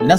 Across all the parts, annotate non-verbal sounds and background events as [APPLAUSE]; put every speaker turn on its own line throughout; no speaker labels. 皆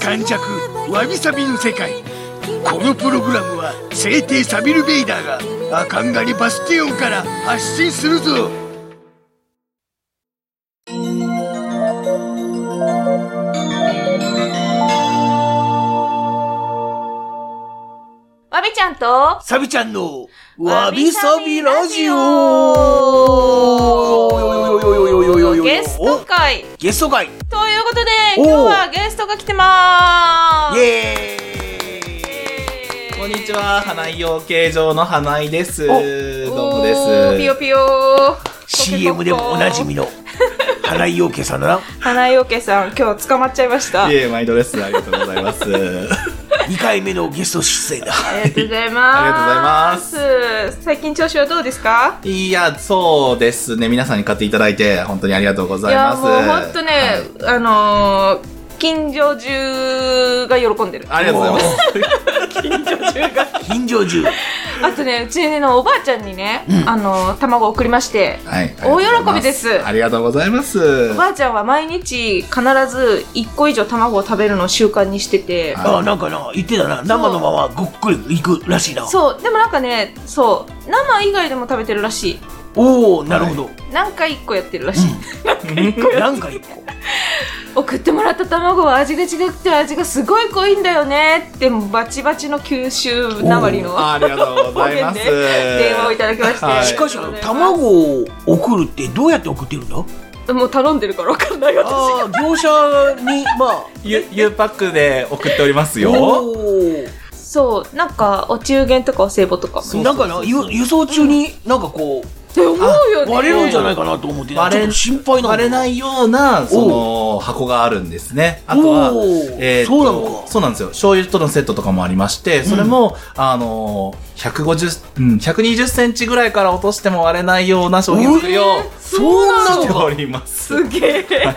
感弱わびさびの世界このプログラムは聖帝サビル・ベイダーがアカンガリ・バスティオンから発信するぞ
わびちゃんと、
サビちゃんのわびさびラジオ
ゲスト会。
ゲスト会イ
ということで、
お
今日はゲストが来てまーす。
エーイ
こんにちは、花井養鶏場の花井です。どうも
おーピ
で
ヨ
す。
ピヨー。
CM でもおなじみの花井陽介さんだな
花井陽介さん、今日捕まっちゃいました。あ
い
り
え、毎度です。ありがとうございます。
2回目のゲスト出
[LAUGHS]
演だ
がとうございます。
ありがとう
す。最近調子はどうですか
いや、そうですね。皆さんに買っていただいて、本当にありがとうござい
や、
ます。
もうほんとね、あのー、近所中が喜んでる。
はい。ありがとうございます。
近所中
あとね、うちのおばあちゃんにね、あのー、卵を送りまして、
はい。
大喜びです
ありがとうございます。
おばあちゃんは毎日必ず1個以上卵を食べるのを習慣にしてて
あ
あなんかな言ってたな生のままごっくりいくらしいな
そうでもなんかねそう生以外でも食べてるらしい
おおなるほど、
何回1個やってるらしい、
なんか一個
送ってもらった卵は味が違くて味がすごい濃いんだよねってバチバチの九州なまりの
ありがとうございます。
ごめんね電話をいただきまして
はい
しかしあの
はい
卵を送るってどうやって送ってるんだ
もう頼んでるから分かんない私
ああ業者にまあ
ゆ、ゆうパックで送っておりますよ。
おー
そうなんかお中元とかお歳暮とかも
そう
なんかなゆ輸送中になんかこう
って思うよね
割れるんじゃないかなと思ってちょっ
割れ
と心配な
割れ
い
ないような、その、箱があるんですね。あとは、えーと
そうなのか
そうなんですよ。醤油とのセットとかもありまして、それも、あのー、150、うん、120センチぐらいから落としても割れないような商品作りを
えーそうなの
しております。
すげえ、
はい
だ大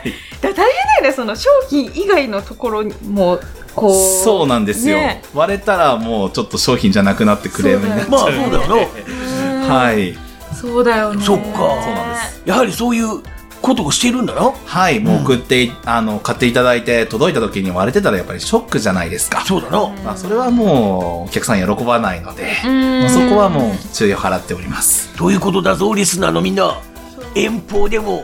変だよねその商品以外のところにもこう
そうなんですよ、
ね
割れたらもうちょっと商品じゃなくなってクレームになっち
まあそ
ゃ
うだ
う。
よな
うん
はい。
そうだよね
そっかそう
なんです
やはりそういうことをしてるんだな
はい、もう送ってい、あの、買っていただいて、届いた時に割れてたらやっぱりショックじゃないですか。
そうだな
まあ、それはもう、お客さん喜ばないので、まあそこはもう注意を払っております。
ということだぞリスナーのみんな遠方でも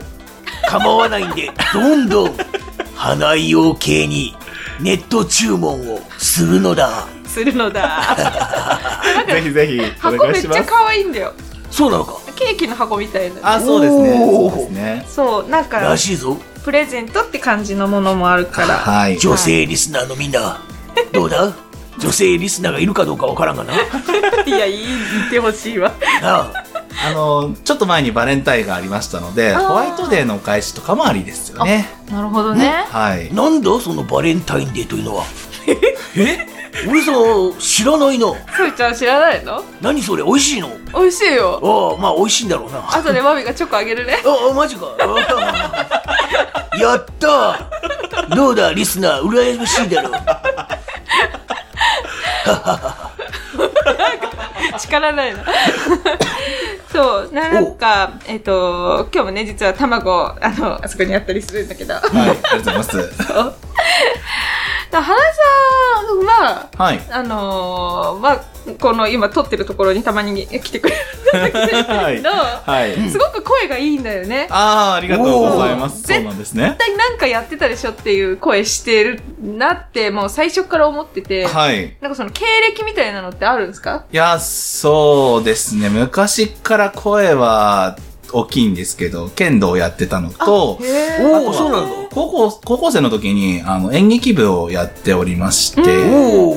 構わないん [LAUGHS] でどんどん花井養系にネット注文をするのだ
うするのだ
ぜひぜひ、 [LAUGHS] お
箱
願い
めっ
し
ち
ます
ゃ。可愛いんだよ
そうなのか
ケーキの箱みたいな
あ、そうですね。
おー
そうですね。
そうなんから
しいぞ
プレゼントって感じのものもあるから
はい。
女性リスナーのみんなどうだ女性リスナーがいるかどうかわからんが [LAUGHS] なない
やいい言ってほし
[LAUGHS]
いわ
あ
あの、ちょっと前にバレンタインがありましたので、
あー
ホワイトデーのお返しとかもありですよね。
なるほどね
はい。
なんだそのバレンタインデーというのは [LAUGHS] え俺その知らないな
そいちゃん知らないの
何それ美味しいの
美味しい
あ
よ
あまあ美味しいんだろうな
後でマミがチョコあげるね
あ、あマジか。あ [LAUGHS] やったーどうだ、リスナー、羨ましいだろう。
力ないな [LAUGHS] そうななんかえっ、と今日もね実は卵あのあそこにあったりするんだけど
はい。ありがとうございます。
原さんは [LAUGHS]
はい。
あのー、まあこの今撮ってるところにたまに来てくれるんだ
は
け
い
ど、
はい。
すごく声がいいんだよね。
ああ、ありがとうございます。
おー
そうなんですね
絶。対なんかやってたでしょっていう声してるなってもう最初から思ってて、
はい。
なんかその経歴みたいなのってあるんですか
いや、そうですね。昔から声は大きいんですけど、剣道をやってたのと、
へー
おお、そうなんだ。
高校、高校生の時に、あの、演劇部をやっておりまして、
お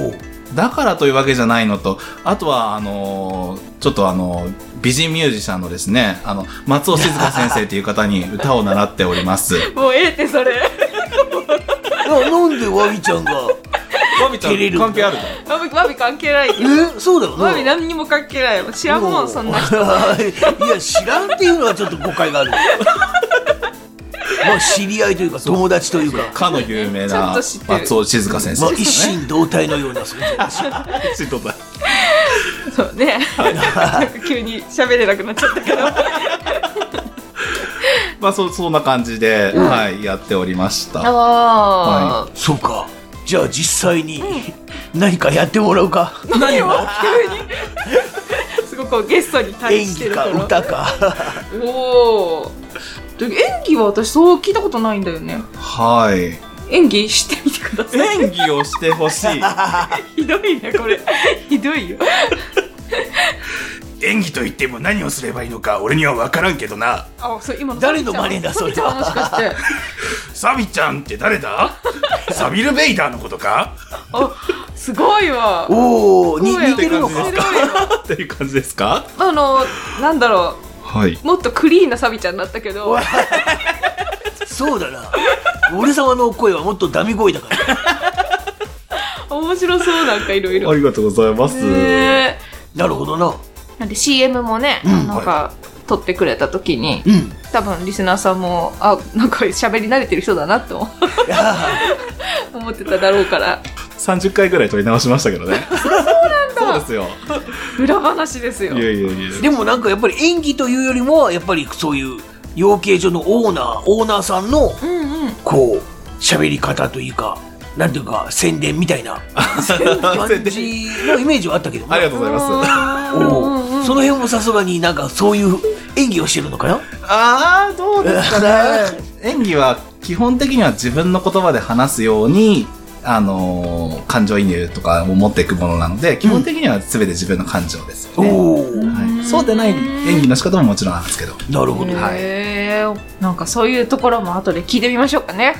お、
だからというわけじゃないのと、あとは、あのーちょっとあのー美人ミュージシャンのですね、あの、松尾静香先生という方に歌を
[LAUGHS]
習っております。
もうええってそれ。
あなんでワビちゃんが
ワビちゃん
照れる
関係あるの
わびわび関係ないけど
えそうだよな
わび何にも関係ないよ知らんもんそんな
[LAUGHS]
人
いや知らんっていうのはちょっと誤解があるまあ知り合いというか友達というか
かの有名
ちょ
な
っと知ってる
松尾静香先
まあ
生
一
ですね。
心同体のような存在
一心同体
そうねなんか急に喋れなくなっちゃったけど
まあそそんな感じで、はい、やっておりました。
ああ
そうかじゃあ実際に何かやってもらうか
何を急にすごくこうゲストに対
演
して
技
る
か
から
歌か
おお演技は私そう聞いたことないんだよね
はい。
演技してみてください
演技をしてほし [LAUGHS] い。
ひどいね
[LAUGHS]
これひどいよ
演技といっても何をすればいいのか俺には分からんけどな
あそう今の
誰の真似だそれ
サビちゃんもしかして
サビちゃんって誰だサビル・ベイダーのことか
あすごいわ
おお似
声
似てるの
面
か
白いわ
っていう感じですか
あのなんだろ
はい。
うもっとクリーンなサビちゃんだったけど
そうだな俺様の声はもっとダミ声だから
面白そうなんかいろい
あ
ろ
りがとうございます。
ねえ
なるほどな
なんで CM もね、
うん
なんか撮ってくれた時に
うん
多分リスナーさんもあなんか喋り慣れてる人だなと [LAUGHS] 思ってただろうから
30回ぐらい撮り直しましたけどね。そうなんだ。そう
裏話ですよ
ですよ。いやいやい
[LAUGHS]
や。
でもなんかやっぱり演技というよりもはやっぱりそういう養鶏場のオーナーオーナーさんの
うんうん
こう喋り方というかなんていうか宣伝みたいな感じのイメージはあったけど
あり
ね
がとうございます。
あー
おう
うんうん
その辺もさすがになんかそういう演技をしてるのかよ
ああ、どうですかね。演技は基本的には自分の言葉で話すように、あのー感情移入とかを持っていくものなので、基本的には全て自分の感情ですよ
お
ね。
お
はい、そうでない演技の仕方ももちろんあるんですけど、
なるほど
はい
へーなんかそういうところも後で聞いてみましょうかね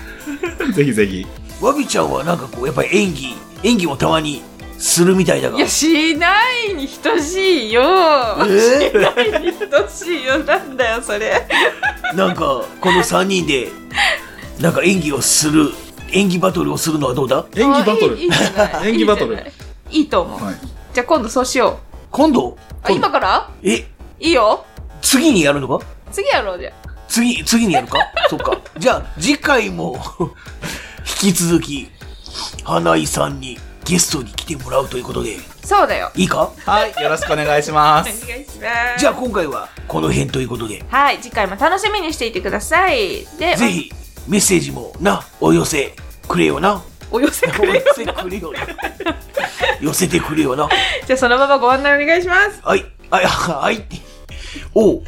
ぜひぜひ。
わびちゃんはなんかこうやっぱり演技演技もたまにするみたいだが
いやしないに等しいよ
え
しないに等しいよなんだよそれ
ーなんかこの3人でなんか演技をする演技バトルをするのはどうだ
演技バトル
あいいいいじゃない
[LAUGHS] 演技バトル
いいじゃないいいと思う、
はい。
じゃあ今度そうしよう
今度
あ今から
え
いいよ
次にやるのか
次やろうじゃあ
次次にやるかそっかじゃあ次回も [LAUGHS] 引き続き花井さんにゲストに来てもらうということで
そうだよ
いいか
はい、よろしくお願いしま
お願い
す。
します
じゃあ今回はこの辺ということで
はい次回も楽しみにしていてくださいで
ぜひメッセージもなお寄せくれよな
お寄せく
お [LAUGHS] 寄
れ
せくれよな寄せてくれよな
じゃあそのままご案内お願いします
はい、あ、いや [LAUGHS] はい。お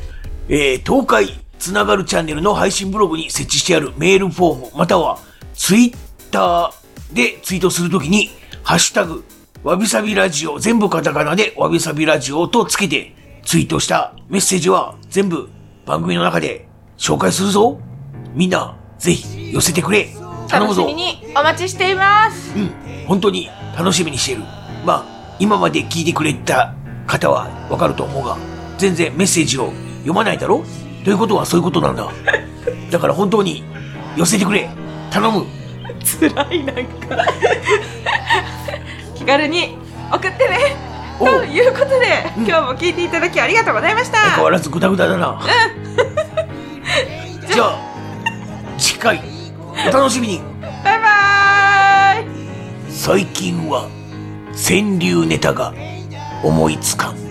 えー東海つながるチャンネルの配信ブログに設置してあるメールフォーム、またはツイッターでツイートするときに、ハッシュタグ、わびさびラジオ、全部カタカナでわびさびラジオとつけてツイートしたメッセージは全部番組の中で紹介するぞ。みんな、ぜひ寄せてくれ。頼む
楽し
ぞ。
みにお待ちしています
うん、本当に楽しみにしている。まあ、今まで聞いてくれた方はわかると思うが、全然メッセージを読まないだろということはそういうことなんだ。だから本当に寄せてくれ。頼む。
辛いなんか気軽に送ってね
おう
ということで、今日も聞いていただきありがとうございました
相変わらずグダグダだな。 [LAUGHS] じゃあ、次回、お楽しみに。
バイバーイ
最近は川柳ネタが思いつかん。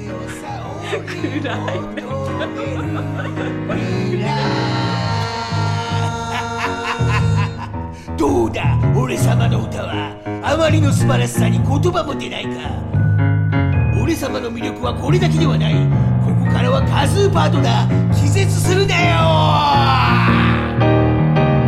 どうだ俺様の歌はあまりの素晴らしさに言葉も出ないか俺様の魅力はこれだけではないここからは多数パートだ気絶するなよ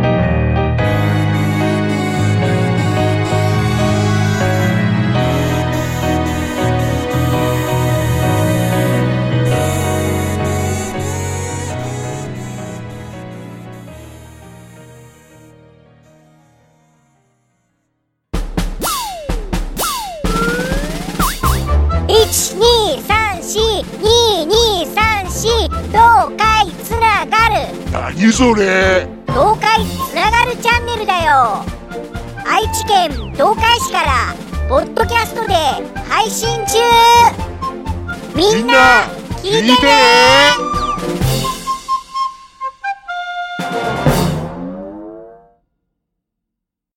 一二三四二二三四東海つながる
何それ
東海つながるチャンネルだよ愛知県東海市からポッドキャストで配信中み
み
ん
ん
な
な
聞いて
聞いて
ね
ね